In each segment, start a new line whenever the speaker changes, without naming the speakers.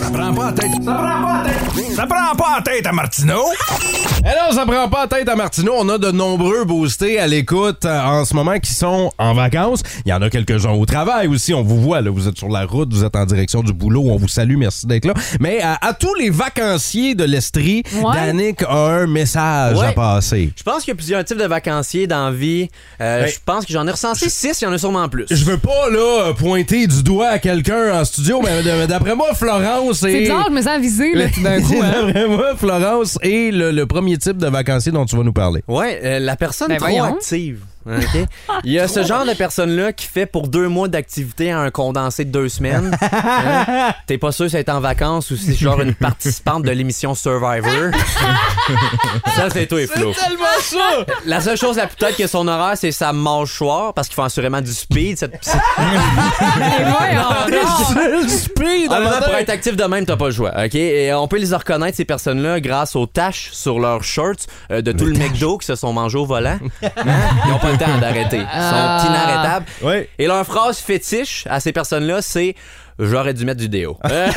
Ça prend pas la tête. Ça prend pas la tête. Ça prend pas la tête à Martineau.
Alors, Eh ça prend pas la tête à Martineau. On a de nombreux boostés à l'écoute euh, en ce moment qui sont en vacances. Il y en a quelques-uns au travail aussi. On vous voit, là. Vous êtes sur la route, vous êtes en direction du boulot. On vous salue. Merci d'être là. Mais euh, à tous les vacanciers de l'Estrie,
Ouais.
Danick a un message à
Ouais.
passer.
Je pense qu'il y a plusieurs types de vacanciers dans la vie. Euh, Je pense que j'en ai recensé six, il y en a sûrement plus.
Je veux pas, là, pointer du doigt à quelqu'un en studio, mais d- d'après moi, Florence
C'est
et...
bizarre, je me sens avisée, là, tout d'un coup. hein.
D'après moi, Florence est le, le premier type de vacancier dont tu vas nous parler.
Ouais, euh, la personne
Ben
trop
voyons.
active. OK? Il y a ce genre de personne-là qui fait pour deux mois d'activité un condensé de deux semaines. Hein? T'es pas sûr si elle est en vacances ou si c'est genre une participante de l'émission Survivor. ça, c'est toi, Flo. La seule chose la plus tête que son horaire, c'est sa mâchoire, parce qu'il fait assurément du speed. Cette...
Et voyons donc.
En même temps, Ah, pour être actif de même, t'as pas le choix, OK? Et on peut les reconnaître, ces personnes-là, grâce aux taches sur leurs shirts euh, de tout le McDo qui se sont mangés au volant. Hein? Ils ont pas le temps d'arrêter. Ils sont
Ah.
inarrêtables.
Oui.
Et leur phrase fétiche à ces personnes-là, c'est « J'aurais dû mettre du déo. Euh,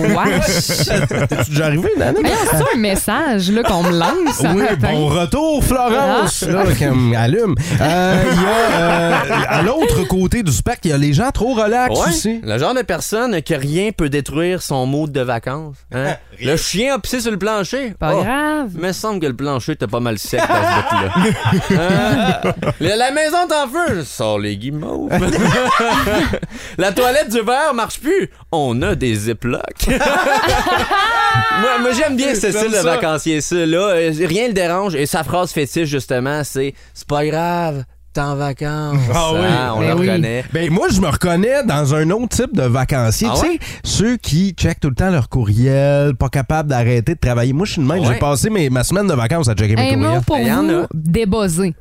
Wesh.
T'es-tu déjà arrivé, Danick?
Mais non, c'est un message là, qu'on me lance.
Oui,
un matin.
bon retour, Florence!
Ah.
Là, comme, allume. Euh, il y a, euh, à l'autre côté du spectre, il y a les gens trop relax
Ouais,
aussi.
le genre de personne que rien peut détruire son mood de vacances. hein? le chien a pissé sur le plancher.
Pas
Oh,
grave.
Il me semble que le plancher était pas mal sec dans ce bout-là. Euh, la- la maison est en feu. Sors les guimauves. la toilette du verre marche plus. On a des ziplocs. moi, moi, j'aime bien ce style de vacancier, ça. Là. Euh, Rien ne le dérange. Et sa phrase fétiche, justement, c'est C'est pas grave, t'es en vacances.
Ah oui.
Hein, on
Ben
le
oui.
reconnaît.
Ben, moi, je me reconnais dans un autre type de vacancier.
Ah
tu sais,
ouais?
ceux qui checkent tout le temps leur courriel, pas capables d'arrêter de travailler. Moi, je suis le même.
Ah Ouais.
J'ai passé mes- ma semaine de vacances à checker mes
Un mot
courriels.
pour
Il y en
vous,
a.
débosser.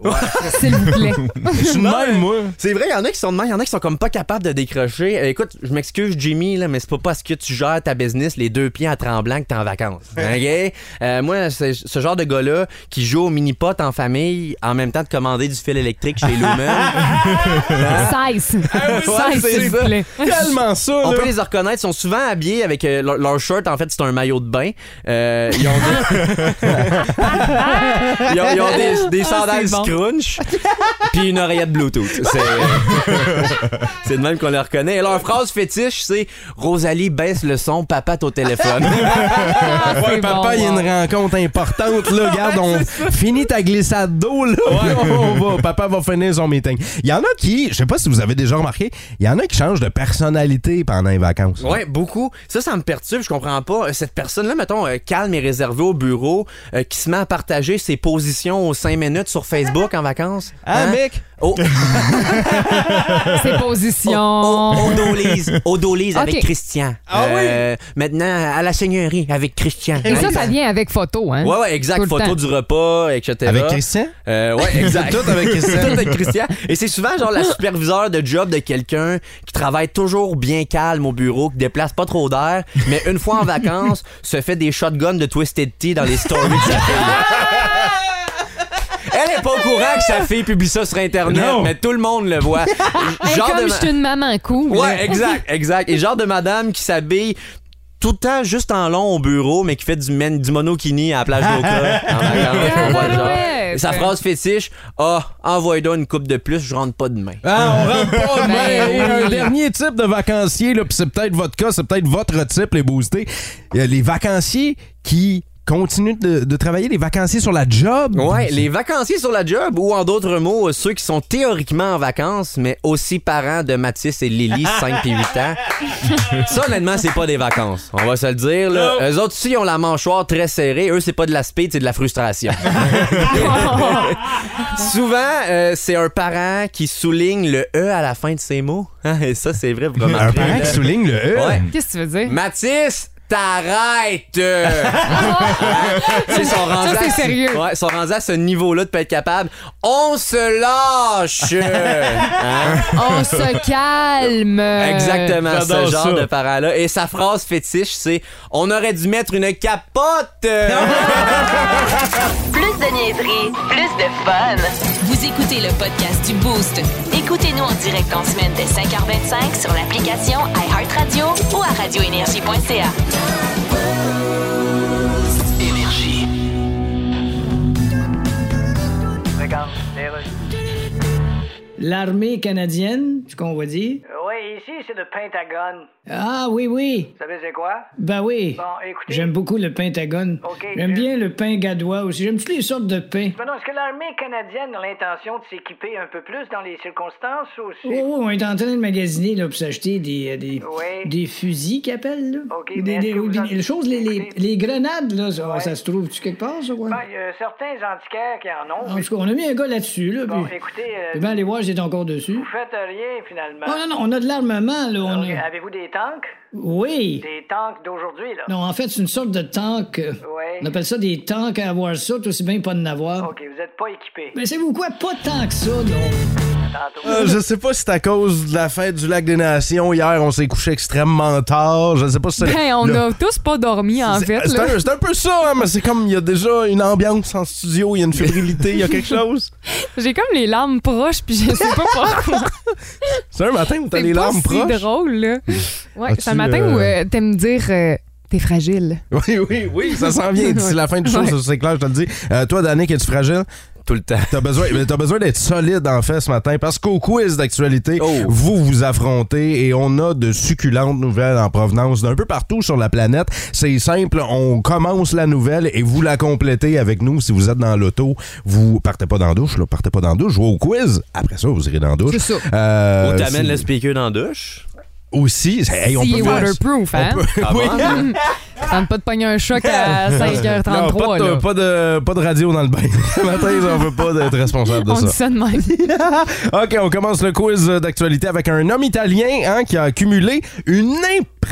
S'il vous plaît.
Je suis le même, moi.
C'est vrai, il y en a qui sont de même, il y en a qui sont comme pas capables de décrocher. Euh, écoute, je m'excuse, Jimmy, là, mais c'est pas parce que tu gères ta business les deux pieds à tremblant que t'es en vacances. OK? Euh, moi, c'est ce genre de gars-là qui joue au mini-pot en famille en même temps de commander du fil électrique chez Lumen.
Size. Size,
c'est
s'il vous
Ah ça.
plaît.
Tellement ça,
On
là.
peut les reconnaître, ils sont souvent habillés avec euh, leur, leur shirt, en fait, c'est un maillot de bain. Euh, ils ont des, ils ont, ils ont des, des
Ah,
sandales
c'est bon.
scrunch, puis une oreillette Bluetooth. C'est, c'est de même qu'on les reconnaît. Et leur phrase fétiche, c'est Rosalie baisse le son, papa t'au téléphone.
Ah, c'est
Ouais,
bon,
papa, il y a
wow.
une rencontre importante, là. Regarde, on finit ta glissade d'eau, là. On va- papa va finir son meeting. Il y en a qui, je sais pas si vous avez déjà remarqué, il y en a qui changent de personnalité pendant les vacances.
Ouais, beaucoup. Ça, ça me perturbe. Je comprends pas. Euh, Cette personne-là, mettons, euh, calme et réservée au bureau, euh, qui se met à partager ses positions aux 5 minutes sur Facebook en vacances.
Ah,
Hein?
mec!
Oh,
Ses positions.
Au au- au Dolly's, au Dolly's
Ok.
oh, avec Christian.
Ah oui?
Euh, Maintenant, à la Seigneurie avec Christian.
Et ça, ça vient avec photo, hein?
Ouais, ouais, exact.
Tout le temps.
Photo du repas, etc.
Avec Christian?
Euh, ouais, exact.
Tout avec Christian.
Tout avec Christian. Et c'est souvent genre la superviseur de job de quelqu'un qui travaille toujours bien calme au bureau, qui déplace pas trop d'air, mais une fois en vacances, se fait des shotguns de Twisted Tea dans les stories de sa fille. Elle est pas au courant que sa fille publie ça sur Internet,
Non.
mais tout le monde le voit.
Hey,
de
comme
ma-
je suis une maman cool.
Ouais, exact, exact. Et genre de madame qui s'habille tout le temps juste en long au bureau, mais qui fait du, men, du monokini à la plage d'Oka. en vacances, on voit le genre.
Tabarouette.
Et Sa phrase fétiche, ah, envoie-donc une coupe de plus, je rentre pas demain.
Ah, on rentre
Ben
pas demain. Et
oui.
un dernier type de vacancier, là, puis c'est peut-être votre cas, c'est peut-être votre type, les boostés. Il y a les vacanciers qui continuent de, de travailler, les vacanciers sur la job.
Ouais, les vacanciers sur la job, ou en d'autres mots, ceux qui sont théoriquement en vacances, mais aussi parents de Mathis et Lily, 5 et 8 ans. Ça, honnêtement, c'est pas des vacances. On va se le dire, là. Eux autres, aussi, ils ont la mâchoire très serrée. Eux, c'est pas de la speed, c'est de la frustration. Souvent, euh, c'est un parent qui souligne le E à la fin de ses mots. Hein, Ah, et ça, c'est vrai, vraiment.
Un parent qui souligne le E.
Ouais.
Qu'est-ce que tu veux dire?
Mathis, T'arrêtes! euh. Hein? Tu sais, ils sont rendus
Ça, c'est
à-
sérieux.
Ouais, ils sont rendus à ce niveau-là de pas être capable. On se lâche! euh. Hein?
On se calme.
Exactement ce
j'adore
genre
ça.
de parent-là. Et sa phrase fétiche, c'est On aurait dû mettre une capote!
Euh,
Plus de niaiserie, plus de fun. Vous écoutez le podcast du Boost. Écoutez-nous en direct en semaine dès 5h25 sur l'application iHeartRadio ou à radioénergie.ca.
L'armée canadienne, ce qu'on va dire.
Oui, ici, c'est le Pentagone.
Ah oui, oui.
Vous savez, c'est quoi?
Ben oui.
Bon, écoutez.
J'aime beaucoup le Pentagone.
Ok,
J'aime
euh,
bien le pain gadois aussi. J'aime toutes les sortes de pain.
Maintenant, Ben est-ce que l'armée canadienne a l'intention de s'équiper un peu plus dans les circonstances ou
Oh,
c'est...
oh, on est en train de magasiner là, pour s'acheter des, euh, des,
Oui.
des fusils qu'ils appellent. Là.
Ok,
Des-
mais est-ce
des-
que vous
des-
en-
les choses, les, les,
Écoutez.
les grenades, là, ça,
Ouais.
ça se trouve-tu quelque part, ça, quoi?
Ben, il y a certains antiquaires qui en ont.
En
mais-
tout cas, on a mis un gars là-dessus, là.
Bon,
puis-
écoutez, euh,
je vais aller voir, j'étais encore dessus.
vous faites Ah, rien, finalement.
Oh non, non, on a de l'armement, là. on
Ok,
a-
Avez-vous des tanks?
Oui.
Des tanks d'aujourd'hui, là?
Non, en fait, c'est une sorte de tank. euh,
Ouais.
On appelle ça des tanks à avoir ça, tout aussi bien pas de n'avoir.
OK, vous n'êtes pas équipé.
Mais c'est vous quoi? Pas tant que ça, non.
Tantôt.
Euh, je sais pas si c'est à cause de la fête du lac des Nations. Hier, on s'est couché extrêmement tard. Je sais pas si c'est.
Ben, on
le-
n'a tous pas dormi, en
C'est
fait.
c'est
là.
un, c'est un peu ça, hein, mais c'est comme il y a déjà une ambiance en studio, il y a une fébrilité, il y a quelque chose.
J'ai comme les larmes proches, puis je sais pas pourquoi.
C'est un matin où t'as
C'est
les
pas
larmes
si
proches.
drôle, là. Ouais,
As-tu,
c'est un matin où
euh,
euh, t'aimes dire euh, t'es fragile.
Oui, oui, oui, ça s'en vient d'ici la fin du show,
Ouais.
ça, c'est clair, je te le dis. Euh, toi, Danick, es-tu fragile?
Tout le temps.
T'as besoin, mais t'as besoin d'être solide en fait ce matin parce qu'au quiz d'actualité,
Oh.
vous vous affrontez et on a de succulentes nouvelles en provenance d'un peu partout sur la planète. C'est simple, on commence la nouvelle et vous la complétez avec nous. Si vous êtes dans l'auto, vous partez pas dans la douche, là, partez pas dans la douche, jouez au quiz. Après ça, vous irez dans la douche.
C'est ça.
Euh,
Ou t'amènes
c'est-
le speaker dans la douche.
aussi. c'est- hey, on
S'il
peut
est
faire-
waterproof, hein?
Ah
Oui.
bon?
Tente pas de pogner un choc à
Non, pas
5h33,
de,
là.
pas de- pas de radio dans le bain. Ce matin, on veut pas être responsable de
On
ça.
dit ça de même.
OK, on commence le quiz euh, d'actualité avec un homme italien hein, qui a accumulé une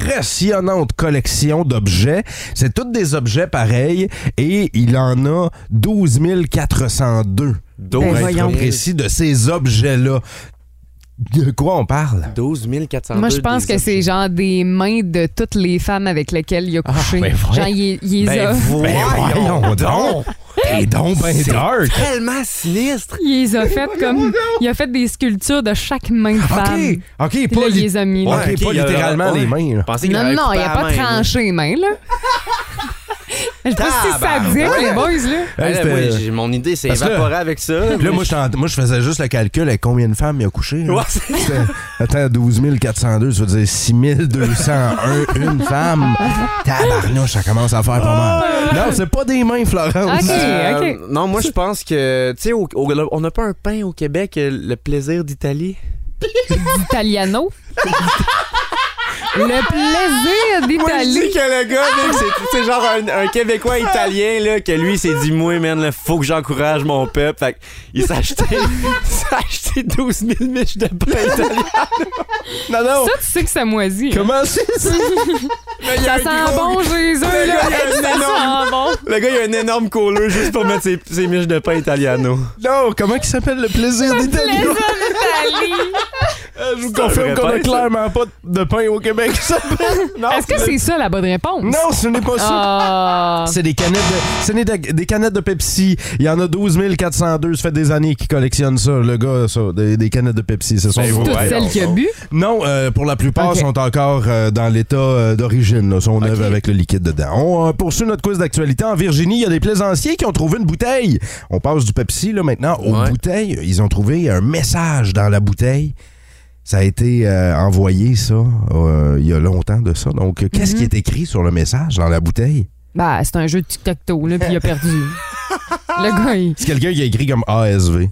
impressionnante collection d'objets. C'est tous des objets pareils et il en a 12 402.
Ben
pour être
voyons.
précis de ces objets-là. De quoi on parle?
12 400.
Moi, je pense que c'est genre des mains de toutes les femmes avec lesquelles il a couché.
ben, vrai.
genre, il, il les a.
Ben voyons donc!
T'es donc ben
C'est
dark!
Tellement sinistre!
Il les a faites comme. Il a fait des sculptures de chaque main de femme.
Ah, OK, OK,
Puis là,
pas,
il
li-
les a mis. là.
Ouais, pas littéralement les mains, là.
Non, non, il a pas tranché les mains, là. Je sais pas si c'est sadique, les boys, là.
Hey, c'était-
mon idée s'est
Parce que là-
évaporée avec ça.
Puis là, moi, je t'en- moi, je faisais juste le calcul avec combien de femmes il a couché. là.
Ouais, c'est-
C'était- Attends, 12 402, ça veut dire 6 201 une femme. Tabarnouche, ça commence à faire pas mal. Non, c'est pas des mains, Florence.
Ok,
Euh,
ok.
Non, moi je pense que, tu sais, au- au- on n'a pas un pain au Québec, euh, le plaisir d'Italie.
Italiano. Le plaisir
Moi, je dis
d'Italie.
que le gars, mec, c'est- c'est genre un, un Québécois italien, là, que lui, il s'est dit, moi, man, là, faut que j'encourage mon peuple. Fait qu'il s'est acheté, il s'est acheté 12 000 miches de pain italien.
Non, non.
Ça, tu sais que ça moisit. hein.
Comment c'est ça?
Là, il y a
Ça
un
sent
gros-
bon, Jésus,
Le gars,
là.
il y a un énorme-
Ça sent bon.
Le gars, il a un énorme colleux juste pour mettre ses, ses miches de pain italiano.
Non, comment qui s'appelle le plaisir d'Italie? Ah,
Plaisir d'Italie.
Je vous confirme
vrai
qu'on a
pain, ça.
clairement pas de pain au Québec. qui s'appelle. Non,
Est-ce que c'est ça la bonne réponse?
Non, ce n'est pas ça.
Ah.
C'est des canettes de, ce n'est de- des canettes de Pepsi. Il y en a 12 402. Ça fait des années qu'il collectionne ça, le gars, ça. Des, des canettes de Pepsi. C'est son
Ben,
gros
Toutes
Ouais,
celles
on-
qu'il a
on-
bu.
Non, euh, pour la plupart
Ok.
sont encore euh, dans l'état euh, d'origine, là, sont neuves avec le liquide dedans. On euh, poursuit notre quiz d'actualité. En Virginie, il y a des plaisanciers qui ont trouvé une bouteille. On passe du Pepsi là, maintenant aux
Ouais.
bouteilles. Ils ont trouvé un message dans la bouteille. Ça a été euh, envoyé, ça, euh, il y a longtemps de ça. Donc, euh,
Mhm.
qu'est-ce qui est écrit sur le message dans la bouteille?
Bah, c'est un jeu de tic-tac-toe, là, puis il a perdu. Le gars, il...
C'est quelqu'un qui a écrit comme ASV.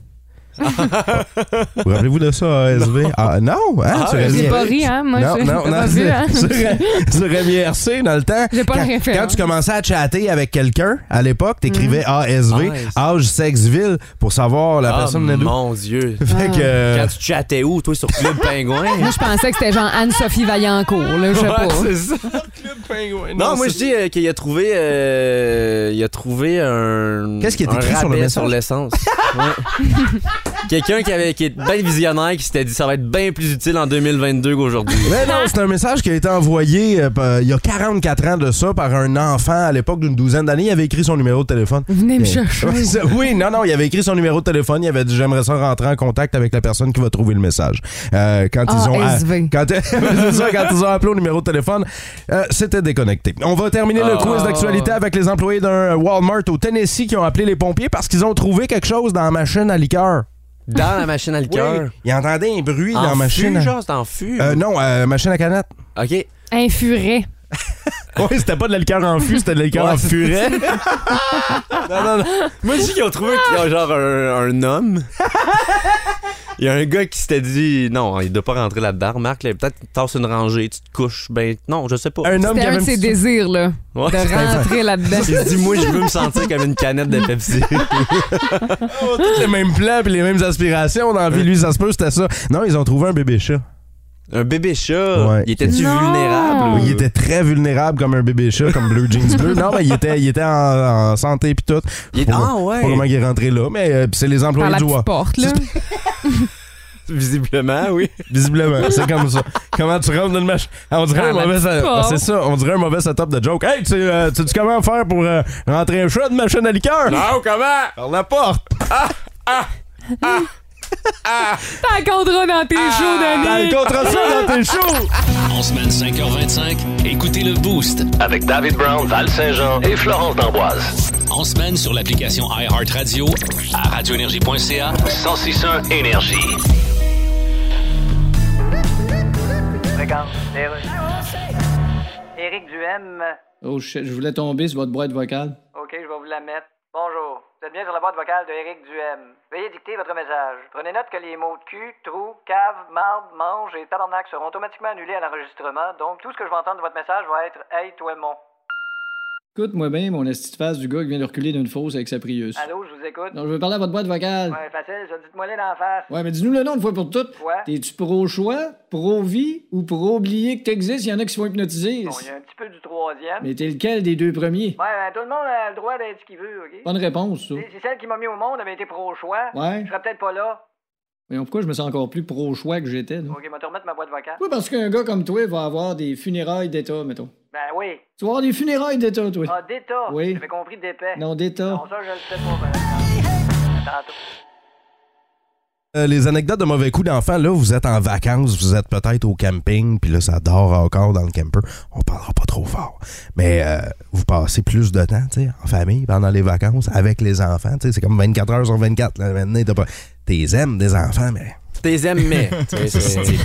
Vous rappelez-vous de ça, ASV? Ah, non, hein? sur
J'ai
MIRC.
pas ri, hein? Moi,
non,
j'ai
non,
j'ai
non,
pas vu, hein?
sur, euh, sur MIRC, dans le temps.
J'ai pas hein. la
quand,
référence.
quand tu commençais à chatter avec quelqu'un, à l'époque, t'écrivais
Mm.
ASV,
Nice.
âge, sexe, ville, pour savoir la
Ah,
personne venait d'où.
mon Dieu.
Fait que, euh,
Quand tu chattais où, toi, sur Club Pingouin?
Moi, je pensais que c'était genre Anne-Sophie Vaillancourt, là, je sais
Ouais,
pas.
c'est ça. Non, moi je dis euh, qu'il a trouvé euh, il a trouvé un
Qu'est-ce qui est
un
écrit sur le
rabais
message?
sur l'essence. Ouais. Quelqu'un qui avait qui est bien visionnaire qui s'était dit ça va être bien plus utile en 2022 qu'aujourd'hui.
Mais non, c'est un message qui a été envoyé euh, par- il y a 44 ans de ça par un enfant à l'époque d'une douzaine d'années. Il avait écrit son numéro de téléphone.
Venez me
Bien.
chercher.
Ouais, ça- Oui, non, non, il avait écrit son numéro de téléphone. Il avait dit J'aimerais ça rentrer en contact avec la personne qui va trouver le message. Euh, quand
Ah,
ils ont.
ASV.
Quand, c'est ça, quand ils ont appelé au numéro de téléphone, euh, c'était déconnecté. On va terminer le
Ah.
quiz d'actualité avec les employés d'un Walmart au Tennessee qui ont appelé les pompiers parce qu'ils ont trouvé quelque chose dans la machine à liqueur.
Dans la machine à liqueur.
Ils entendaient un bruit dans
En
la machine.
fût,
à-
genre, c'est en fût.
Euh, non, euh, machine à canette.
OK.
Un furet.
Ah Oui, c'était pas de l'alcool en fût, c'était de l'alcool en
Ouais,
furet.
non, non, non. Moi, je dis qu'ils ont trouvé qu'il y a genre un, un homme. Il y a un gars qui s'était dit non, il doit pas rentrer là-dedans. Remarque, là, peut-être tasses une rangée, tu te couches. Ben non, je sais pas.
Un homme qui
C'était
avait
un
un
de ses
petit-
désirs, là,
Ouais,
de rentrer là-dedans.
Il se dit moi, je veux me sentir comme une canette de Pepsi.
Oh, tous les mêmes plans puis les mêmes aspirations dans la vie. Lui, ça se peut, c'était ça. Non, ils ont trouvé un bébé chat.
Un bébé chat,
Ouais.
il était-tu
Non.
vulnérable?
Oui,
Il était très vulnérable comme un bébé chat, comme Blue Jeans Bleu. Non, mais il était, il était en, en santé puis tout.
Il
Faut-
est- Ah ouais!
Pas comment il est rentré là, mais euh, puis c'est les
Par
employés
la
du
petite
Wa.
porte, là.
Visiblement, oui.
Visiblement, c'est comme ça. Comment tu rentres dans le match? Ah, on dirait
Par
un
la
mauvais.
petite
ah,
porte.
c'est ça, on dirait un mauvais setup de joke. Hey, tu euh, tu sais comment faire pour euh, rentrer un chat de machine à liqueur?
Ah.
Non, comment?
Par la porte!
T'en compteras dans
Ah!
tes shows,
T'as
Denis.
contre ça dans tes shows!
En semaine 5h25, écoutez le Boost avec David Brown, Val Saint-Jean et Florence D'Amboise. En semaine sur l'application iHeartRadio à radioénergie.ca 1061 énergie.
Regarde, les
Éric Duhem.
Oh shit, je voulais tomber sur votre boîte vocale.
OK, je vais vous la mettre. Bonjour. Vous êtes bien sur la boîte vocale de Éric Duhem. Veuillez dicter votre message. Prenez note que les mots de cul, trou, cave, marde, mange et tabarnak seront automatiquement annulés à l'enregistrement, donc tout ce que je vais entendre de votre message va être Hey, toi, mon.
Écoute-moi bien, mon astuce face du gars qui vient de reculer d'une fosse avec sa Prius.
Allô, je vous écoute.
Non, je veux parler à votre boîte vocale.
Ouais, facile, ça. Dites-moi les d'en face.
Ouais, mais dis-nous le nom une fois pour toutes.
Ouais.
T'es-tu pro-choix, pro-vie ou pro-oublier que t'existes? Il y en a qui se font hypnotiser.
Bon, il y a un petit peu du troisième.
Mais t'es lequel des deux premiers?
Ouais, ben, tout le monde a le droit d'être ce qu'il veut, OK?
Bonne réponse, ça.
Si- Si celle qui m'a mis au monde avait été pro-choix,
Ouais.
je serais peut-être pas là.
Voyons, pourquoi je me sens encore plus pro-choix que j'étais, là?
OK, je vais te remettre ma boîte vocale.
Pourquoi parce qu'un gars comme toi va avoir des funérailles d'État, mettons.
Ben oui.
Tu vas avoir des funérailles d'État, toi.
Ah, d'État.
Oui.
J'avais compris d'épais.
Non, d'État.
Non, ça, je le sais pas. ben, tantôt.
Euh, les anecdotes de mauvais coups d'enfants, là, vous êtes en vacances, vous êtes peut-être au camping, puis là, ça dort encore dans le camper. On parlera pas trop fort. Mais euh, vous passez plus de temps, tu sais, en famille, pendant les vacances, avec les enfants. Tu sais, c'est comme 24 heures sur 24. Là, maintenant, t'as pas... T'es aimes des enfants, mais
T'es aimais. Tu sais, c'est-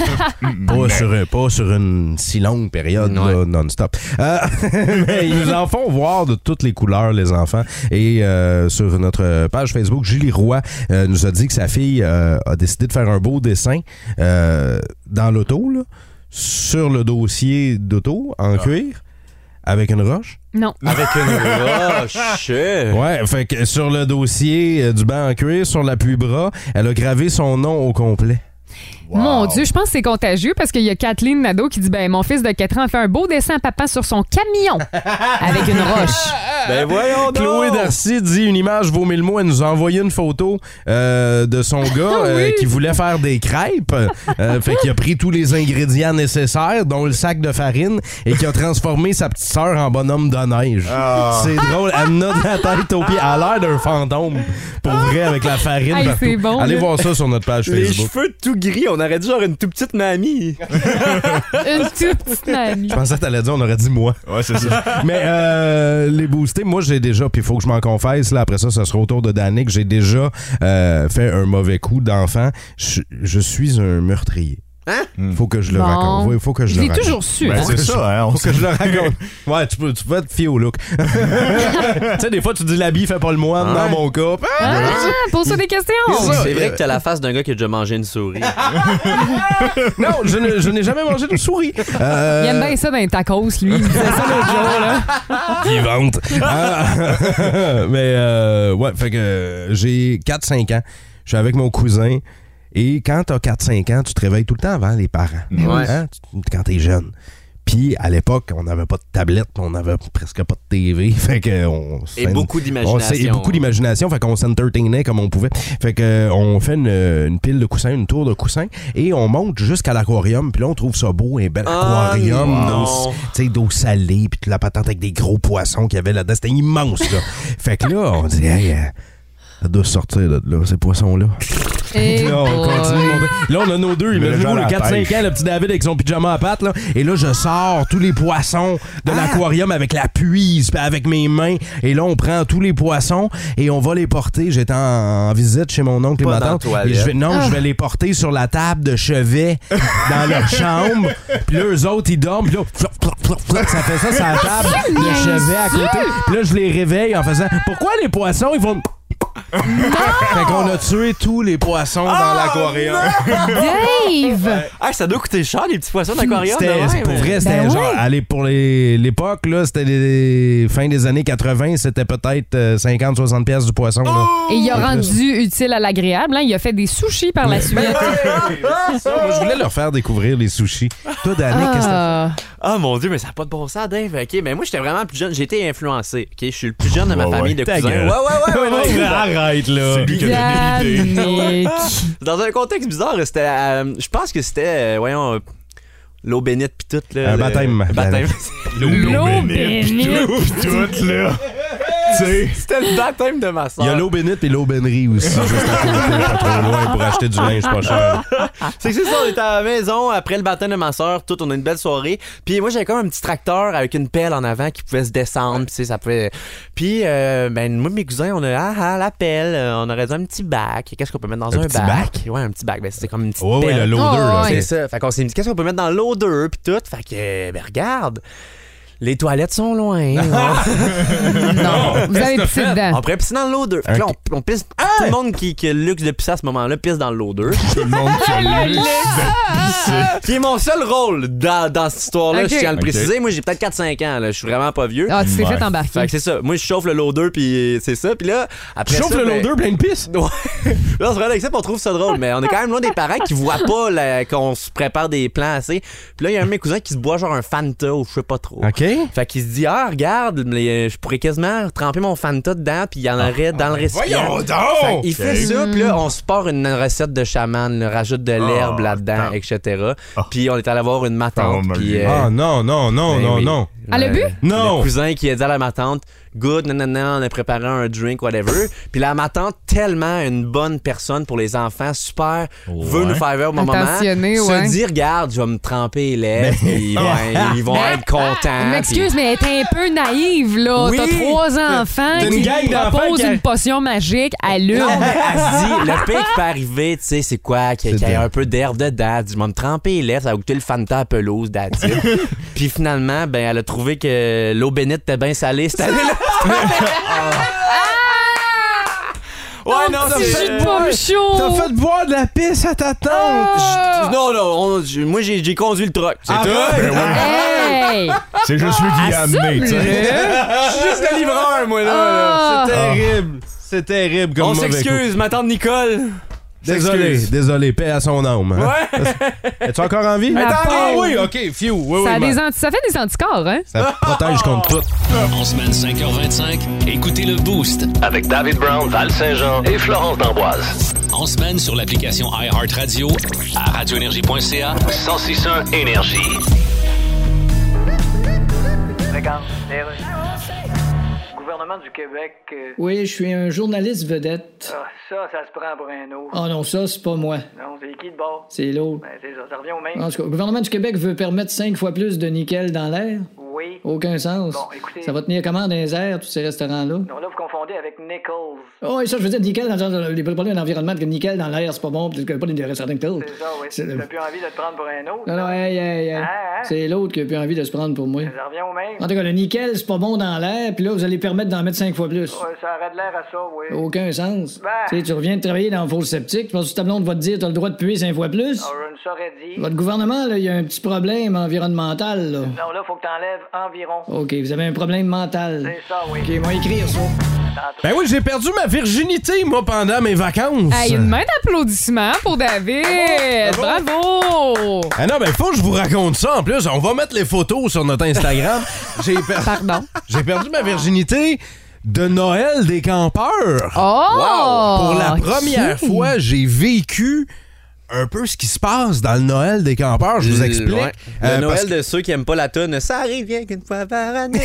pas, sur, un- pas sur une si longue période
Ouais.
là, non-stop. Euh, mais ils nous en font voir de toutes les couleurs, les enfants. Et euh, sur notre page Facebook, Julie Roy euh, nous a dit que sa fille euh, a décidé de faire un beau dessin euh, dans l'auto, là, sur le dossier d'auto, en cuir, avec une roche.
Non.
Avec une roche.
Ouais, fait que sur le dossier euh, du banc en cuir, sur l'appui-bras, elle a gravé son nom au complet.
Mon Dieu, je pense que c'est contagieux parce qu'il y a Kathleen Nadeau qui dit ben mon fils de 4 ans a fait un beau dessin à papa sur son camion avec une roche.
Ben voyons donc.
Chloé Darcy dit une image vaut mille mots. Elle nous a envoyé une photo euh, de son gars euh, qui voulait faire des crêpes. Euh, fait qu'il a pris tous les ingrédients nécessaires, dont le sac de farine, et qui a transformé sa petite sœur en bonhomme de neige.
Ah.
C'est drôle. Elle me note la tête aux pieds. Elle a l'air d'un fantôme. Pour vrai, avec la farine.
Hey,
partout.
c'est bon,
Allez
là.
voir ça sur notre page
Les
Facebook.
cheveux tout gris, on aurait dû genre une toute petite mamie.
Une toute petite amie.
Je pensais que t'allais dire, on aurait dit moi.
Ouais, c'est ça.
Mais euh, les boostés, moi j'ai déjà, puis il faut que je m'en confesse, là, après ça, ça sera au tour de Danick, j'ai déjà euh, fait un mauvais coup d'enfant. Je, je suis un meurtrier. Faut que je le
Bon.
raconte. Faut, faut que je,
Je
le
l'ai
raconte.
toujours su,
Hmm. Ben,
hein.
c'est ça, hein, on
Faut que je le raconte. Ouais, tu peux, tu peux te fier au look. tu sais, des fois, tu dis l'habit fait pas le moine dans mon cas. Ah,
Ah, pose-toi des questions.
Oh, C'est vrai que t'as la face d'un gars qui a déjà mangé une souris.
Non, je ne- je n'ai jamais mangé de souris. Euh,
Il aime bien ça dans les tacos, lui. Il me disait ça l'autre jour, là.
qui vente. Ah, mais euh, ouais, fait que euh, j'ai 4-5 ans. Je suis avec mon cousin. Et quand t'as 4-5 ans, tu te réveilles tout le temps avant les parents.
Ouais.
Hein? Tu- Quand t'es jeune. Puis à l'époque, on n'avait pas de tablette, on n'avait presque pas de TV. Fait que on
Et
s'en-
beaucoup
on s'est- Et
d'imagination. hein.
beaucoup d'imagination, fait qu'on s'entertainait comme on pouvait. Fait que euh, on fait une, une pile de coussins, une tour de coussins, et on monte jusqu'à l'aquarium. Puis là, on trouve ça beau, un bel
Ah,
aquarium
non.
d'eau- tu sais, d'eau salée, puis toute la patente avec des gros poissons qu'il y avait là-dedans. C'était immense, là. fait que là, on dit, hey, euh, ça doit sortir de là, ces poissons-là.
Et
Là, on
boy.
continue de monter. Là, on a nos deux.
Mais
Imaginez-vous
le
le
genre à
4-5
pêche.
ans, le petit David avec son pyjama à pattes. Là. Et là, je sors tous les poissons
Ah!
de l'aquarium avec la puise, puis avec mes mains. Et là, on prend tous les poissons et on va les porter. J'étais en, en visite chez mon oncle et
Pas
ma
dans
tante.
la
Et je vais, non,
Ah.
je vais les porter sur la table de chevet dans leur chambre. Puis là, eux autres, ils dorment. Puis là, flop, flop, flop, flop, ça fait ça sur la
Ah,
table de chevet à côté. Puis là, je les réveille en faisant Pourquoi les poissons, ils vont. Fait qu'on a tué tous les poissons
Oh,
dans l'aquarium.
Dave!
Ah, ça doit coûter cher, les petits poissons d'aquarium.
C'était
Ah, de même.
c'est pour vrai, c'était
Ben
genre
ouais.
allez pour les- l'époque là, c'était des fin des années 80, c'était peut-être euh, 50 60 pièces du poisson là.
Et il a rendu utile à l'agréable. Hein? Il a fait des sushis par la suite.
Moi, je voulais leur faire découvrir les sushis. Toi Dani, qu'est-ce que t'as-
Ah.
Ah mon dieu, mais ça n'a pas de bon sens, Dave. Ok, mais moi j'étais vraiment plus jeune. J'ai été influencé. Ok, je suis le plus jeune de ma
Ouais,
famille de
ta
cousins.
gueule.
Ouais, ouais, ouais, ouais, ouais.
arrête là.
C'est lui qui a donné l'idée.
Yannick.
Dans un contexte bizarre, c'était. euh, je pense que c'était, euh, voyons, euh, l'eau bénite pis tout là.
Un
le-
baptême.
un Baptême.
L'eau bénite.
Puis tout, là. tu sais.
c'était le baptême de ma soeur.
Il y a l'eau bénite et l'aubainerie aussi, juste à côté, pas trop loin pour acheter du linge pas cher.
C'est que c'est ça, on était à la maison après le baptême de ma soeur, tout, on a une belle soirée. Puis moi j'avais comme un petit tracteur avec une pelle en avant qui pouvait se descendre, puis tu sais, ça pouvait. Puis euh, ben moi mes cousins, on a ah ah la pelle, euh, on aurait dit un petit bac. Qu'est-ce qu'on peut mettre dans
Un
un,
petit bac?
Ouais, un petit bac. Ben c'était comme une petite
Ouais ouais,
pelle.
le loader là,
Oh,
c'est-
C'est ça. Fait qu'on s'est dit, qu'est-ce qu'on peut mettre dans l'odeur puis tout. Fait que, ben regarde, les toilettes sont loin.
Non, vous avez pissé dedans.
on pourrait pisser dans l'odeur. Fait que là, on, on pisse. Tout le monde qui, qui a le luxe de pisser à ce moment-là pisse dans l'odeur.
Tout le monde qui a lu.
qui est mon seul rôle dans, dans cette histoire-là,
Ok.
je tiens à le
Ok.
préciser. Moi, j'ai peut-être 4-5 ans, là. Je suis vraiment pas vieux.
Ah, tu t'es
Ouais.
fait
Fait
embarquer.
que c'est ça. Moi, je chauffe le loader, puis c'est ça. Puis là, après
Chauffe
ça,
le
ben-
loader plein de pisse.
Ouais. Là, on se relève avec ça, puis on trouve ça drôle. Mais on est quand même loin des parents qui voient pas là, qu'on se prépare des plans assez. Puis là, il y a un de mes cousins qui se boit genre un Fanta ou je sais pas trop.
OK.
Fait qu'il se dit, ah, regarde, mais, euh, je pourrais quasiment tremper mon Fanta dedans, puis il y en aurait dans le récipient.
Voyons
Fait
donc!
qu'il fait ça, puis
Mm.
là, on se part une recette de chaman, là, rajoute de l'herbe
Oh,
là-dedans,
attends.
etc. Puis on est allé voir une matante,
Oh,
puis...
mon
euh,
Ah non non non
ben
non
oui.
non.
Elle a bu?
Non.
Le cousin qui a dit à la matante, good, nanana, on a préparé un drink, whatever. Puis la matante, tellement une bonne personne pour les enfants, super, veut nous faire vivre au moment.
Attentionnée, ouais.
Se dit, regarde, je vais me tremper les lèvres, puis ils vont- ils vont être contents.
Ah,
Je M'excuse, mais elle était un peu naïve, là.
Oui.
T'as trois enfants
T'as une
qui
gang
lui
d'enfants
proposent
qui a- Ah,
une potion magique à l'une.
Non, mais elle se dit, le pire qui peut arriver, tu sais, c'est quoi? Qu'il y ait- qu'il y ait
de-
un peu d'herbe dedans. Elle dit, je vais me tremper les lèvres, ça va goûter le Fanta à pelouse, that's it. Puis finalement, ben, elle a trouvé que l'eau bénite était bien salée cette année-là. Ouais, non,
Oh, Petit
c'est-
jus de pomme
T'as
chaud. Ah!
fait boire de la pisse à ta
Oh!
tante. Ah,
Je- Non, non, on- je- moi j'ai j'ai conduit le truck. Ah, C'est tout.
Ben ouais,
Hey!
C'est juste lui qui l'a amené, tu sais.
Je suis juste le livreur, moi, là.
Ah!
C'est terrible. C'est terrible Ah, comme
On
mauvais coup.
s'excuse, ma tante Nicole.
Désolé,
S'excuse.
désolé, paix à son âme. hein.
Ouais.
Es-tu encore en vie?
Ma
Attends,
pauvre.
oui, ok, phew, oui,
Ça, a
oui,
des
ma-
anti- ça fait des anticorps, hein?
ça protège contre tout.
En semaine 5h25, écoutez le Boost.
Avec David Brown, Val Saint-Jean et Florence D'Amboise.
En semaine sur l'application iHeartRadio, à radioénergie.ca
1061 Énergie.
Regarde, les rues.
Ah,
Gouvernement du Québec. euh,
Oui, je suis un journaliste vedette.
ah, ça, ça se prend pour un autre.
Ah non, ça, c'est pas moi.
Non, c'est qui de bord?
Ben, C'est l'autre.
Ah.
Ben, c'est ça, ça revient au même.
En tout cas, le gouvernement du Québec veut permettre cinq fois plus de nickel dans l'air.
Oui,
Louis.
Aucun sens.
Bon, écoutez-
Ça va tenir comment dans les airs, tous ces restaurants-là?
Non, là, vous confondez avec Nichols.
Oh, et ça, je veux dire, nickel, dans le sens de- les produits d'un environnement que nickel dans l'air, c'est pas bon, puis que pas des restaurants que t'autres.
C'est ça, oui.
C'est-
T'as plus envie de te prendre pour un autre.
Non, non, hey, hey, hey.
Hein, hein?
C'est l'autre qui a plus envie de se prendre pour moi.
Ça revient au même.
En tout cas, le nickel, c'est pas bon dans l'air, puis là, vous allez permettre d'en mettre cinq fois plus.
Ouais, ça aurait de l'air à ça, oui.
Aucun sens.
Ben.
Tu sais, tu reviens de travailler dans le faux sceptique, tu penses que ta blonde va te dire t'as le droit de puer cinq fois plus?
Ah, je ne saurais dire.
Votre gouvernement, là, il y a un petit problème environnemental, là.
Non, là, faut que t'enlèves environ.
OK, vous avez un problème mental.
C'est ça, oui.
OK, moi, écrire ça.
Ben oui, j'ai perdu ma virginité, moi, pendant mes vacances.
Hey, une main d'applaudissement pour David. Bravo.
Ah non, ben faut que je vous raconte ça en plus. On va mettre les photos sur notre Instagram. J'ai per-
Pardon.
J'ai perdu ma virginité de Noël des campeurs.
Oh!
Pour la
ok.
première fois, j'ai vécu un peu ce qui se passe dans le Noël des campeurs. Je vous explique.
Ouais. Le
Euh, parce
Noël de ceux qui aiment pas la tonne, ça arrive bien qu'une fois par année.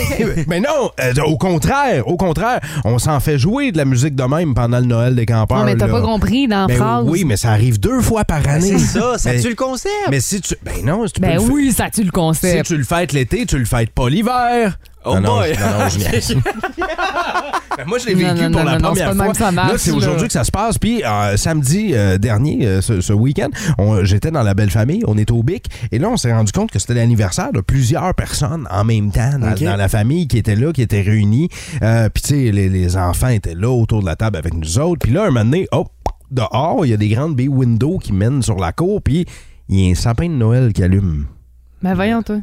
Mais non, euh, au contraire, au contraire, on s'en fait jouer de la musique de même pendant le Noël des campeurs.
Non, mais t'as
là.
pas compris dans la
Ben
phrase.
oui, mais ça arrive deux fois par année.
c'est ça, ça
Ben-
tue le concept.
Mais si tu. Ben non, si tu
Ben
peux le fa-
oui, ça tue le
Si
concept.
tu le fêtes l'été, tu le fêtes pas l'hiver.
Oh
non, non,
boy.
je- non, non, je niaise. Ben, moi, je l'ai
Non,
vécu
non,
pour
non,
la
non, non, c'est
première
pas de même que
fois.
ça marche,
là, c'est
là.
aujourd'hui que ça se passe. Puis euh, samedi euh, dernier, euh, ce, ce week-end, on- j'étais dans la belle famille, on était au Bic, et là, on s'est rendu compte que c'était l'anniversaire de plusieurs personnes en même temps dans, dans la famille qui étaient là, qui étaient réunies. Euh, puis, tu sais, les, les enfants étaient là autour de la table avec nous autres. Puis là, un moment donné, hop, dehors, il y a des grandes baies windows qui mènent sur la cour, puis il y a un sapin de Noël qui allume.
Ben voyons, toi.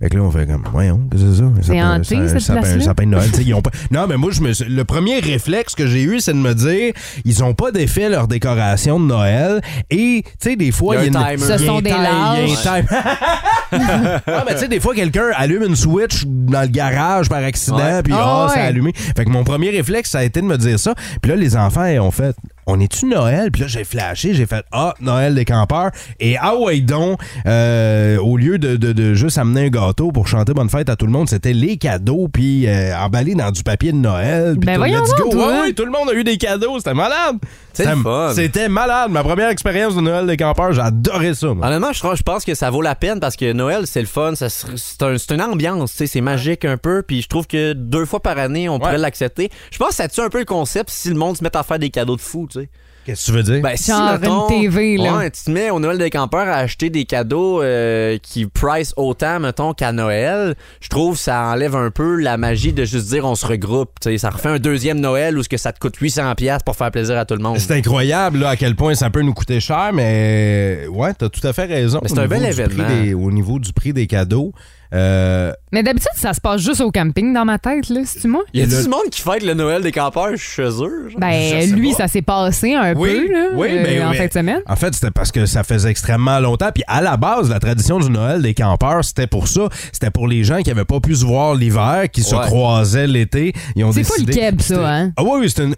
Fait que là, on fait comme, voyons, qu'est-ce que c'est ça? Un sapin-
hanté,
un sapin-
cette
un sapin-
place-là?
Un sapin de Noël, tu sais, ils ont pas... Non, mais moi, je me suis- le premier réflexe que j'ai eu, c'est de me dire, ils ont pas défait leur décoration de Noël et, tu sais, des fois,
Il y a un
une-
Ce
timer.
il y a
sont
un
des
time- il y a un time- Ah, mais tu sais, des fois, quelqu'un allume une switch dans le garage par accident,
Ouais.
puis ah,
Ah,
ça a
ouais.
allumé. Fait que mon premier réflexe, ça a été de me dire ça. Puis là, les enfants, ils ont fait. On est-tu Noël? Puis là, j'ai flashé, j'ai fait Ah, Noël des campeurs. Et ah ouais donc, euh, au lieu de, de- de juste amener un gâteau pour chanter Bonne fête à tout le monde, c'était les cadeaux, puis euh, emballés dans du papier de Noël. Puis
Ben
tout,
voyons
let's go.
donc, toi.
Ouais, ouais, tout le monde a eu des cadeaux, c'était malade.
C'est le
C'était-
fun.
C'était malade. Ma première expérience de Noël des campeurs, j'adorais ça. moi.
Honnêtement, je, trouve- je pense que ça vaut la peine parce que Noël, c'est le fun, ça se- c'est un- c'est une ambiance, tu sais, c'est magique un peu, puis je trouve que deux fois par année, on pourrait l'accepter. Je pense que ça tue un peu le concept si le monde se met à faire des cadeaux de fou, tu sais.
Qu'est-ce que tu veux dire?
Ben, si,
Genre
mettons,
une TV, là.
Ouais, tu te mets au Noël des campeurs à acheter des cadeaux euh, qui price autant, mettons, qu'à Noël. Je trouve que ça enlève un peu la magie de juste dire on se regroupe. tu sais. ça refait un deuxième Noël où ce que ça te coûte 800$ piastres pour faire plaisir à tout le monde.
C'est incroyable là, à quel point ça peut nous coûter cher, mais ouais, t'as tout à fait raison.
Mais c'est
Au
un bel
niveau du
événement.
prix des- au niveau du prix des cadeaux, euh,
Mais d'habitude, ça se passe juste au camping dans ma tête, là, c'est-tu moi?
Il y a
Le-
du monde qui fête le Noël des campeurs chez eux. genre?
Ben, lui, ça s'est passé un
Oui,
peu, là,
oui,
euh,
mais-
en
mais-
fin de semaine.
en fait, c'était parce que ça faisait extrêmement longtemps. Puis à la base, la tradition du Noël des campeurs, c'était pour ça. C'était pour les gens qui n'avaient pas pu se voir l'hiver, qui se
Ouais.
croisaient l'été. Ils ont
C'est full
décidé-
keb, ça,
C'était-
hein?
Ah oui, oui, c'est une.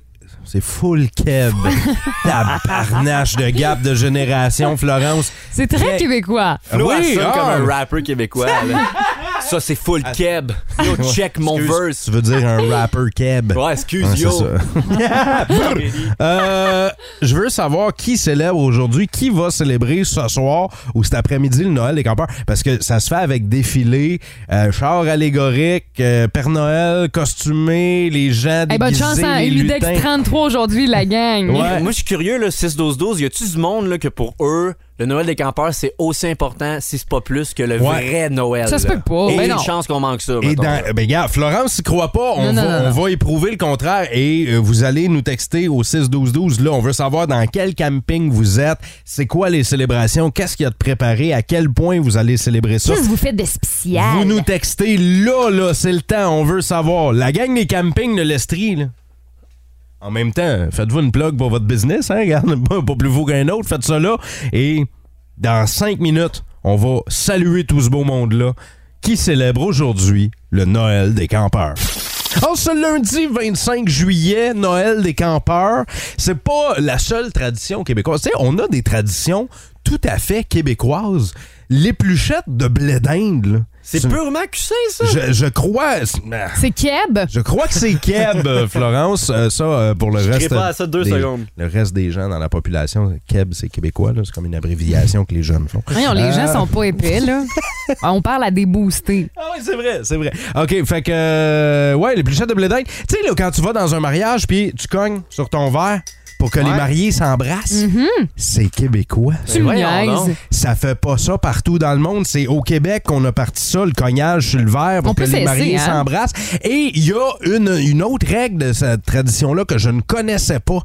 C'est full keb. Tabarnache de gap de génération, Florence.
C'est très
Yeah.
québécois.
Flo assume
ah.
comme un rappeur québécois. là. Ça, c'est full keb. Yo, check mon
Excuse,
verse.
Tu veux dire un rapper keb.
Ouais, excuse,
Ouais, c'est
yo.
ça. Brr. Euh, je veux savoir qui célèbre aujourd'hui, qui va célébrer ce soir ou cet après-midi le Noël des campeurs, parce que ça se fait avec défilé, euh, char allégorique, euh, Père Noël costumé, les gens déguisés,
Eh bonne chance, hein?
les
Ludex
lutins.
33 aujourd'hui, la gang.
Ouais.
Moi, je suis curieux, le 6-12-12, y a-tu du monde là, que pour eux, le Noël des campeurs, c'est aussi important, si c'est pas plus, que le
Ouais.
vrai Noël?
Ça se
là.
peut pas.
Et
Ben
une
non.
chance qu'on manque ça.
Et
mettons,
dans,
là.
ben, regarde, Florence, s'y croit pas,
Non,
on,
non,
va,
non,
on
non.
va éprouver le contraire et euh, vous allez nous texter au 6-12-12. Là, on veut savoir dans quel camping vous êtes, c'est quoi les célébrations, qu'est-ce qu'il y a de préparé, à quel point vous allez célébrer ça.
vous faites de spécial?
Vous nous textez là, là, c'est le temps, on veut savoir. La gang des campings de l'Estrie, là. En même temps, faites-vous une plug pour votre business, hein, regarde, pas, pas plus vous qu'un autre, faites ça là. Et dans cinq minutes, on va saluer tout ce beau monde-là qui célèbre aujourd'hui le Noël des campeurs. En ce lundi 25 juillet, Noël des campeurs, c'est pas la seule tradition québécoise. Tu sais, on a des traditions tout à fait québécoises. L'épluchette de blé d'Inde, là.
C'est purement QC, ça?
Je, je crois.
C'est Keb.
Je crois que c'est Keb, euh, Florence. Euh, ça, euh, pour le
Je
reste.
crée pas à ça deux
des-
secondes.
Le reste des gens dans la population, Keb, c'est québécois. là. C'est comme une abréviation que les jeunes font.
Voyons, les gens sont pas épais, là. Ah, On parle à des boostés.
Ah oui, c'est vrai, c'est vrai. OK, fait que. euh, ouais, les pluchettes de blé d'Inde. Tu sais, là, quand tu vas dans un mariage puis tu cognes sur ton verre pour que les mariés s'embrassent, c'est québécois.
Tu me niaises.
Ça fait pas ça partout dans le monde. C'est au Québec qu'on a parti ça, le cognage sur le verre pour
On
que
peut
les
cesser,
mariés
hein?
s'embrassent. Et il y a une, une autre règle de cette tradition-là que je ne connaissais pas.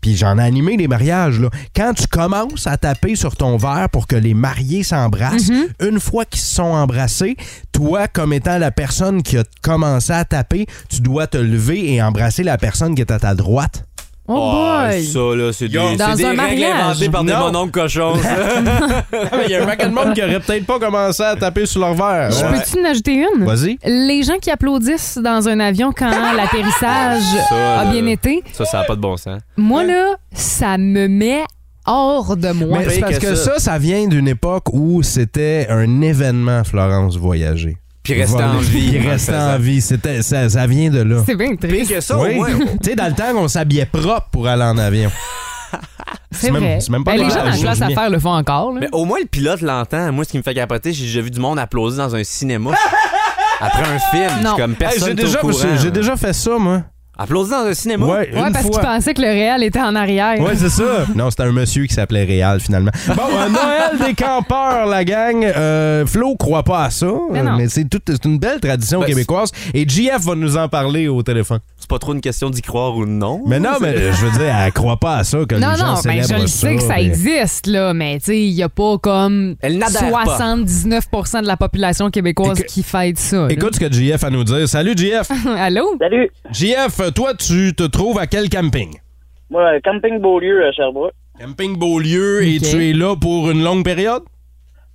Puis j'en ai animé des mariages. Là. Quand tu commences à taper sur ton verre pour que les mariés s'embrassent,
Mm-hmm.
une fois qu'ils se sont embrassés, toi, comme étant la personne qui a commencé à taper, tu dois te lever et embrasser la personne qui est à ta droite.
Oh,
Ah,
boy!
ça, là, c'est des,
Dans
c'est
un
des règles
mariage.
inventées par des
Non.
mononcles cochons. ça.
Ah, Il y a un paquet de monde qui aurait peut-être pas commencé à taper sur leur verre.
Je peux-tu en ajouter une?
Vas-y.
Les gens qui applaudissent dans un avion quand l'atterrissage
Ça,
a
là.
bien été,
ça, ça n'a pas de bon sens.
moi, là, ça me met hors de moi.
Mais c'est
pire
parce
que
que ça,
ça.
ça vient d'une époque où c'était un événement, Florence, voyager.
Puis rester en
Voler,
vie.
Puis rester en vie. C'était, ça, ça vient de là.
C'est bien triste.
que ça,
Oui. tu sais, dans le temps, on s'habillait propre pour aller en avion.
C'est
c'est même-
vrai.
c'est même pas Euh,
Ben, les
grave,
gens dans la
je
classe
dis bien.
affaires le font encore. là.
Mais au moins, le pilote l'entend. Moi, ce qui me fait capoter, j'ai déjà vu du monde applaudir dans un cinéma. Après un film,
Non.
C'est comme
Hey,
personne
j'ai,
t'est
déjà,
au courant.
j'ai déjà fait ça, moi.
Applaudir dans un cinéma?
Ouais,
ouais,
une
parce
fois.
qu'ils pensaient que le réel était en arrière.
Ouais, c'est ça. Non, c'était un monsieur qui s'appelait Réal, finalement. Bon, euh, Noël des campeurs, la gang. Euh, Flo croit pas à ça,
Mais non.
mais c'est, toute- c'est une belle tradition
Ben, c'est-
québécoise. Et JF va nous en parler au téléphone.
C'est pas trop une question d'y croire ou non.
Mais non, mais euh, je veux dire, elle croit pas à ça que
Non,
les gens
non, ben,
célèbrent
je le sais que ça
mais-
existe, là, mais tu sais, il n'y a pas comme
Elle n'adhère pas.
79 de la population québécoise
Écou-
qui fête ça. là.
Écoute ce que JF a nous dire. Salut JF.
Allô?
Salut.
JF, toi, tu te trouves à quel camping?
Moi, euh, Camping Beaulieu à Sherbrooke.
Camping Beaulieu et
Ok.
tu es là pour une longue période?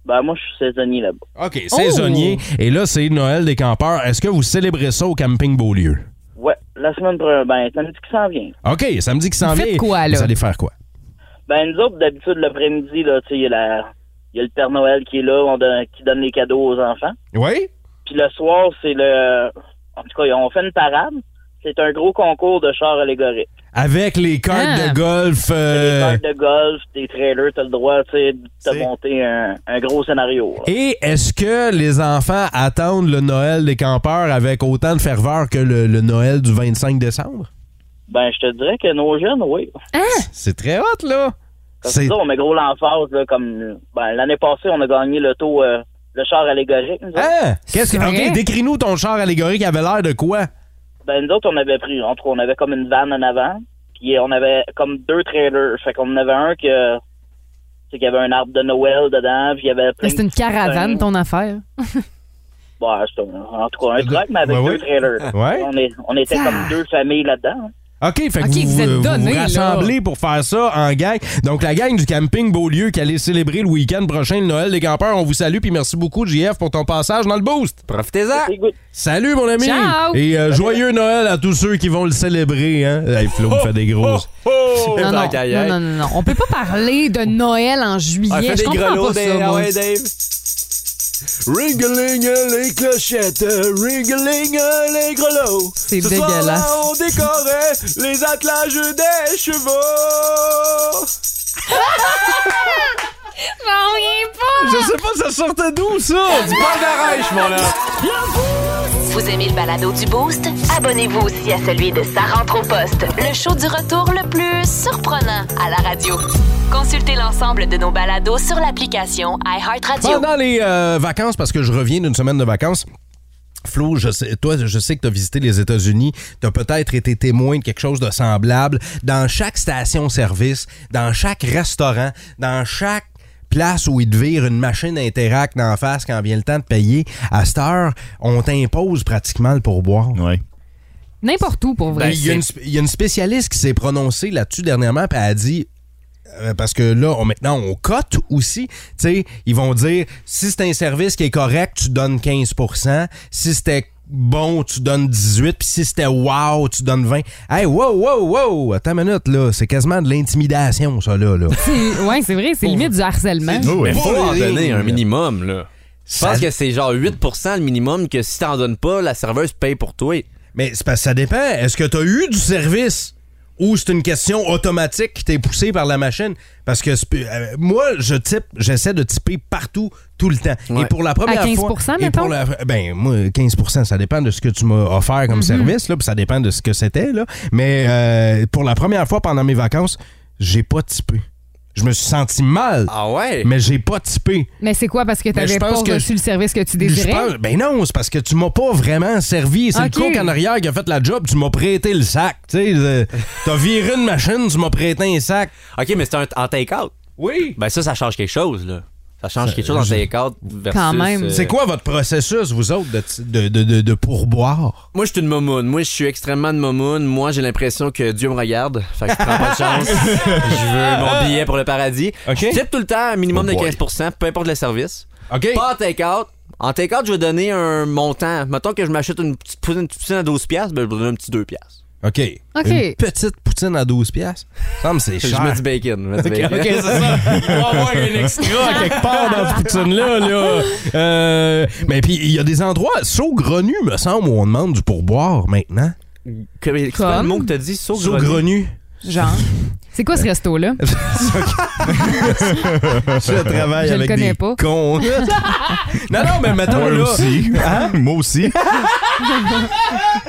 Ben, moi, je suis saisonnier là-bas.
OK, saisonnier. Et là, c'est Noël des campeurs. Est-ce que vous célébrez ça au Camping Beaulieu?
Ouais, la semaine prochaine, ben, samedi qui s'en vient.
OK, samedi qui s'en
Vous faites
vient.
quoi, là?
Vous allez faire quoi?
Ben, nous autres, d'habitude, l'après-midi, là, tu sais, il y a la- il y a le Père Noël qui est là, on donne- qui donne les cadeaux aux enfants.
Oui?
Puis le soir, c'est le... En tout cas, on fait une parade. C'est un gros concours de chars allégoriques.
Avec les cartes
Ah.
de golf.
Des
euh,
cartes de golf, des trailers, t'as le droit, tu sais, de te
C'est-
monter un, un gros scénario. là.
Et est-ce que les enfants attendent le Noël des campeurs avec autant de ferveur que le- le Noël du 25 décembre?
Ben, je te dirais que nos jeunes, oui.
Hein?
C'est très hot, là.
Comme
C'est-
ça, on met gros l'emphase, là, comme... Ben, l'année passée, on a gagné le taux... euh, le char allégorique, nous autres.
Hein? Qu'est-ce
C'est
que...
vrai?
OK, décris-nous ton char allégorique avait l'air de quoi?
Ben, nous autres, on avait pris, en tout cas, on avait comme une vanne en avant, puis on avait comme deux trailers. Fait qu'on en avait un que, c'est qu'il y avait un arbre de Noël dedans, puis il y avait plein
C'est une
de-
caravane,
un-
ton affaire.
Bah, c'est un- en tout cas, un
De-
truck, mais avec
Ben
deux
oui.
trailers.
Ouais.
On, est, on était comme deux familles là-dedans.
OK, fait que
OK,
vous,
vous êtes
vous,
donnés,
vous
là.
rassemblez pour faire ça en gang. Donc, la gang du camping Beaulieu qui allait célébrer le week-end prochain, le Noël des campeurs, on vous salue. Puis merci beaucoup, JF, pour ton passage dans le boost.
Profitez-en.
C'est good.
Salut, mon ami.
Ciao.
Et euh, joyeux Noël à tous ceux qui vont le célébrer. Hein? Hey, Flo me fait des grosses.
Oh!
Non, non,
Tant qu'à y
non,
être.
non, non, non. On peut pas parler de Noël en
Ah,
juillet.
fais
Je
des grelots,
comprends pas ça,
Dave. Ah
moi.
ouais, Dave. Ringeling les clochettes, ringeling les grelots.
C'est
Ce soir-là,
dégueulasse.
on décorait les attelages des chevaux.
J'en reviens pas!
Je sais pas, ça sortait d'où, ça?
Du Bandarèche, mon homme.
Vous aimez le balado du Boost? Abonnez-vous aussi à celui de Sa rentre au poste, le show du retour le plus surprenant à la radio. Consultez l'ensemble de nos balados sur l'application iHeartRadio.
Pendant les euh, vacances, parce que je reviens d'une semaine de vacances, Flo, je sais, toi, je sais que tu as visité les États-Unis, tu as peut-être été témoin de quelque chose de semblable. Dans chaque station-service, dans chaque restaurant, dans chaque place où ils te virent une machine Interact d'en face quand vient le temps de payer, à cette heure, on t'impose pratiquement le pourboire.
Ouais.
N'importe où, pour vrai.
Ben, Il y, a une sp- il y a une spécialiste qui s'est prononcée là-dessus dernièrement, puis elle a dit. euh, Parce que là, on, maintenant, on cote aussi. Tu sais, ils vont dire si c'est un service qui est correct, tu donnes 15 Si c'était bon, tu donnes 18 Puis si c'était wow, tu donnes 20 Hey, wow, wow, wow Attends une minute, là. C'est quasiment de l'intimidation, ça, là. là.
C'est- ouais, c'est vrai, c'est limite du harcèlement.
Oh, ouais.
Faut en donner un minimum, là. Je pense que c'est genre 8 le minimum que si t'en donnes pas, la serveuse paye pour toi.
Mais c'est parce que ça dépend. Est-ce que t'as eu du service ou c'est une question automatique qui t'est poussée par la machine? Parce que c'est- euh, moi, je type, j'essaie de typer partout, tout le temps.
Ouais.
Et pour la
À
première
15
fois. et
mettons?
pour la- ben, moi, 15 ça dépend de ce que tu m'as offert
Mhm.
comme service, là, puis ça dépend de ce que c'était. là. Mais euh, pour la première fois pendant mes vacances, j'ai pas typé. Je me suis senti mal.
Ah ouais?
Mais j'ai pas typé.
Mais c'est quoi? Parce que
Mais je
t'avais pas
pense que
reçu
je-
le service que tu
Je
désirais?
pense- ben non, c'est parce que tu m'as pas vraiment servi. C'est
Ok.
le coq en arrière qui a fait la job. Tu m'as prêté le sac. Tu sais, euh, t'as viré une machine, tu m'as prêté un sac.
OK, mais c'est un en take-out.
Oui.
Ben ça, ça change quelque chose, là. Ça change quelque chose en take-out versus... euh,
C'est quoi votre processus, vous autres, de, de, de- de- de pourboire?
Moi, je suis une momoune. Moi, je suis extrêmement de momoune. Moi, j'ai l'impression que Dieu me regarde. Fait que je prends pas de chance. je veux mon billet pour le paradis. Je type tout le temps un minimum de 15 peu importe le service. Pas en take-out. En take-out, je vais donner un montant. Mettons que je m'achète une petite poutine, une petite poutine à 12 piastres, ben, je vais donner un petit 2 piastres.
OK.
OK.
Une petite poutine à 12 piastres. Ça me c'est
Je
cher.
mets du bacon. je mets du
OK,
bacon.
OK, c'est ça. Il va y avoir un extra Ah, quelque part dans cette poutine-là. Là. Euh, mais puis, il y a des endroits saugrenus, me semble, où on demande du pourboire maintenant.
Que- C'est pas le mot que t'as dit, saugrenu.
Saugrenu.
Genre. C'est quoi ce resto-là?
Je travaille
Je le
avec
connais
des
pas.
cons. non, non, mais mettons
Moi
là.
aussi.
Hein? Euh,
Moi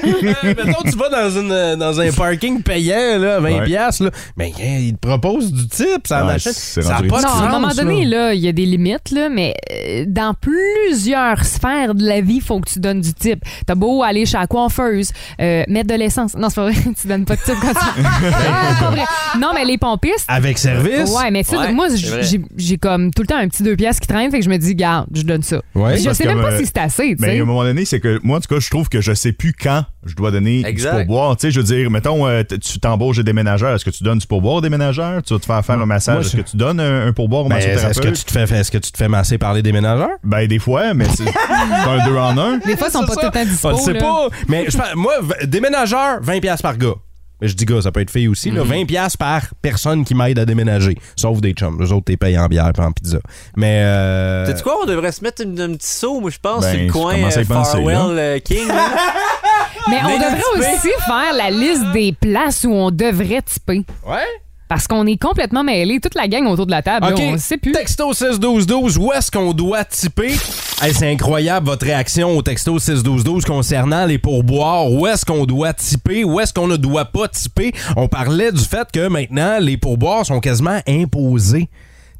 aussi.
mettons, tu vas dans, une, euh, dans un parking payant, là, 20
Ouais.
piastres, là. Ben, hein, il te propose du type, ça
Ouais,
m'achète.
c'est
Ça n'a
rendu
pas de
non,
sens.
à un moment donné,
là.
là, il y a des limites, là, mais euh, dans plusieurs sphères de la vie, il faut que tu donnes du type. T'as beau aller chez la coiffeuse, euh, mettre de l'essence. Non, c'est pas vrai, tu donnes pas de type comme ça. Ah, c'est pas vrai. Non, mais les pompistes.
Avec service.
Ouais, mais tu sais,
Ouais,
moi,
c'est
j-
vrai.
j'ai- j'ai comme tout le temps un petit deux pièces qui traîne, fait que je me dis, garde, je donne ça.
Ouais.
je
Parce
sais
que,
même pas
euh,
si c'est assez, tu
ben,
Mais
sais.
à un moment donné, c'est que moi, en tout cas, je trouve que je sais plus quand je dois donner
Exact.
du pourboire. Tu sais, je veux dire, mettons, euh, t- tu t'embauches des déménageurs. Est-ce que tu donnes du pourboire aux déménageurs? Tu vas te faire faire un massage.
Moi,
Est-ce
je-
que tu donnes un, un pourboire au
Ben,
massothérapeute?
est-ce que tu te fais, est-ce que tu te fais masser par les déménageurs?
Ben, des fois, mais c'est c'est un deux en un.
Des fois, ils sont pas tout le temps dispo,
On le sait
là.
pas. Mais je pense- moi, v- déménageur, 20$ piastres par gars. Mais je dis gars, ça peut être fille aussi. là. 20$ piastres par personne qui m'aide à déménager. Sauf des chums. Les autres, t'es payé en bière et en pizza. Mais. Euh...
Sais-tu quoi, on devrait se mettre une- un petit saut, moi, je pense,
Ben,
sur le
je
coin
commence à y
euh,
penser, là.
Farewell euh, King. là.
Mais on
Mais
devrait
typer.
aussi faire la liste des places où on devrait typer.
Ouais?
Parce qu'on est complètement mêlés, toute la gang autour de la table.
OK.
là, on sait plus.
Texto 6-12-12, où est-ce qu'on doit typer? Hey, c'est incroyable votre réaction au texto 6-12-12 concernant les pourboires. Où est-ce qu'on doit typer? Où est-ce qu'on ne doit pas typer? On parlait du fait que maintenant, les pourboires sont quasiment imposés.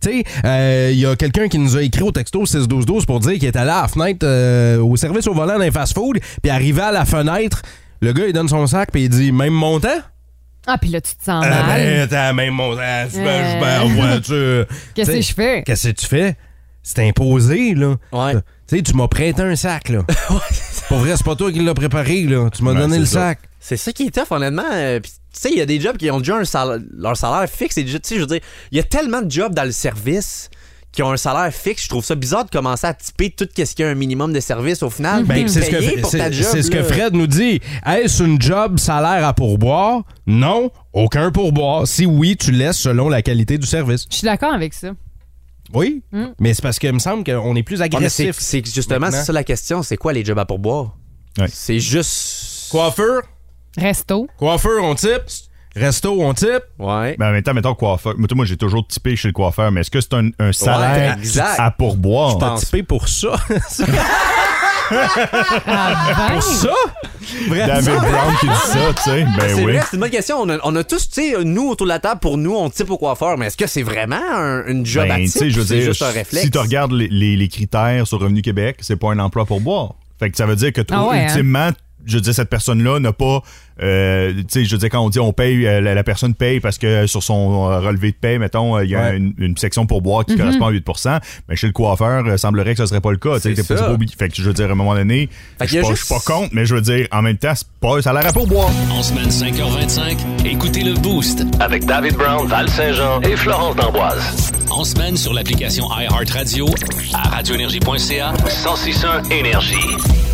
Tu sais, euh, il y a quelqu'un qui nous a écrit au texto 6-12-12 pour dire qu'il est allé à la fenêtre euh, au service au volant d'un fast-food, puis arrivé à la fenêtre, le gars, il donne son sac, puis il dit « Même montant? »
Ah, puis là, tu te sens
Ah
mal.
ben, attends, même mon. ah, je
Euh.
me- je me- en voiture.
Qu'est-ce que
T'sais,
je fais?
Qu'est-ce que tu fais? C'est imposé, là.
Ouais.
Tu sais, tu m'as prêté un sac, là. Pour vrai, c'est pas toi qui l'as préparé, là. Tu m'as
Ben,
donné
c'est
le
ça.
sac.
C'est ça qui est tough, honnêtement. Euh, puis, tu sais, il y a des jobs qui ont déjà un salaire, leur salaire fixe. Et, tu sais, je veux dire, il y a tellement de jobs dans le service qui ont un salaire fixe. Je trouve ça bizarre de commencer à typer tout ce qu'il y a un minimum de service au final.
Ben,
puis
c'est ce que,
payer pour ta
c'est-
job,
c'est ce que
là.
Fred nous dit. Est-ce une job salaire à pourboire? Non, aucun pourboire. Si oui, tu laisses selon la qualité du service.
Je suis d'accord avec ça.
Oui,
Mm.
mais c'est parce qu'il me semble qu'on est plus
Ouais, mais c'est-
agressif.
c'est justement
maintenant.
c'est ça la question. C'est quoi les jobs à pourboire?
Ouais.
C'est juste.
Coiffeur,
Resto.
coiffeur, on type. Resto, on type.
Ouais.
Mais Ben, en même temps, mettons, coiffeur. Moi, moi, j'ai toujours typé chez le coiffeur, mais est-ce que c'est un, un salaire
exact.
à pourboire?
Je pense.
Typé pour ça.
Avant.
pour ça? Vraiment?
David Brown qui dit ça, tu sais. Ben
Ah, C'est
oui.
vrai, c'est une bonne question. On a, on a tous, tu sais, nous autour de la table, pour nous, on type au coiffeur, mais est-ce que c'est vraiment un, une job à
Ben, tu
type
sais, je
ou
veux
c'est
dire,
juste un réflexe?
si tu regardes les, les- les critères sur Revenu Québec, c'est pas un emploi pour boire. Fait que ça veut dire que toi,
Ah ouais, hein?
ultimement, je veux dire, cette personne-là n'a pas. euh, tu sais, je veux dire, quand on dit on paye, euh, la, la personne paye parce que sur son euh, relevé de paie, mettons, euh, il y a
Ouais.
une, une section pour boire
Mhm.
qui correspond à 8 Mais chez le coiffeur, euh, semblerait que ce serait pas le cas. Tu sais, t'es
C'est
pas-
ça.
c'est pas obligé. Fait que je veux dire, à un moment donné,
Fait
je
qu'il y
suis
a
pas,
juste-
je suis pas contre, mais je veux dire, en même temps, c'est pas un salaire à pourboire.
En semaine 5h25, écoutez le Boost.
Avec David Brown, Val Saint-Jean et Florence D'Amboise.
En semaine sur l'application iHeartRadio, à radioénergie.ca.
1061 Énergie.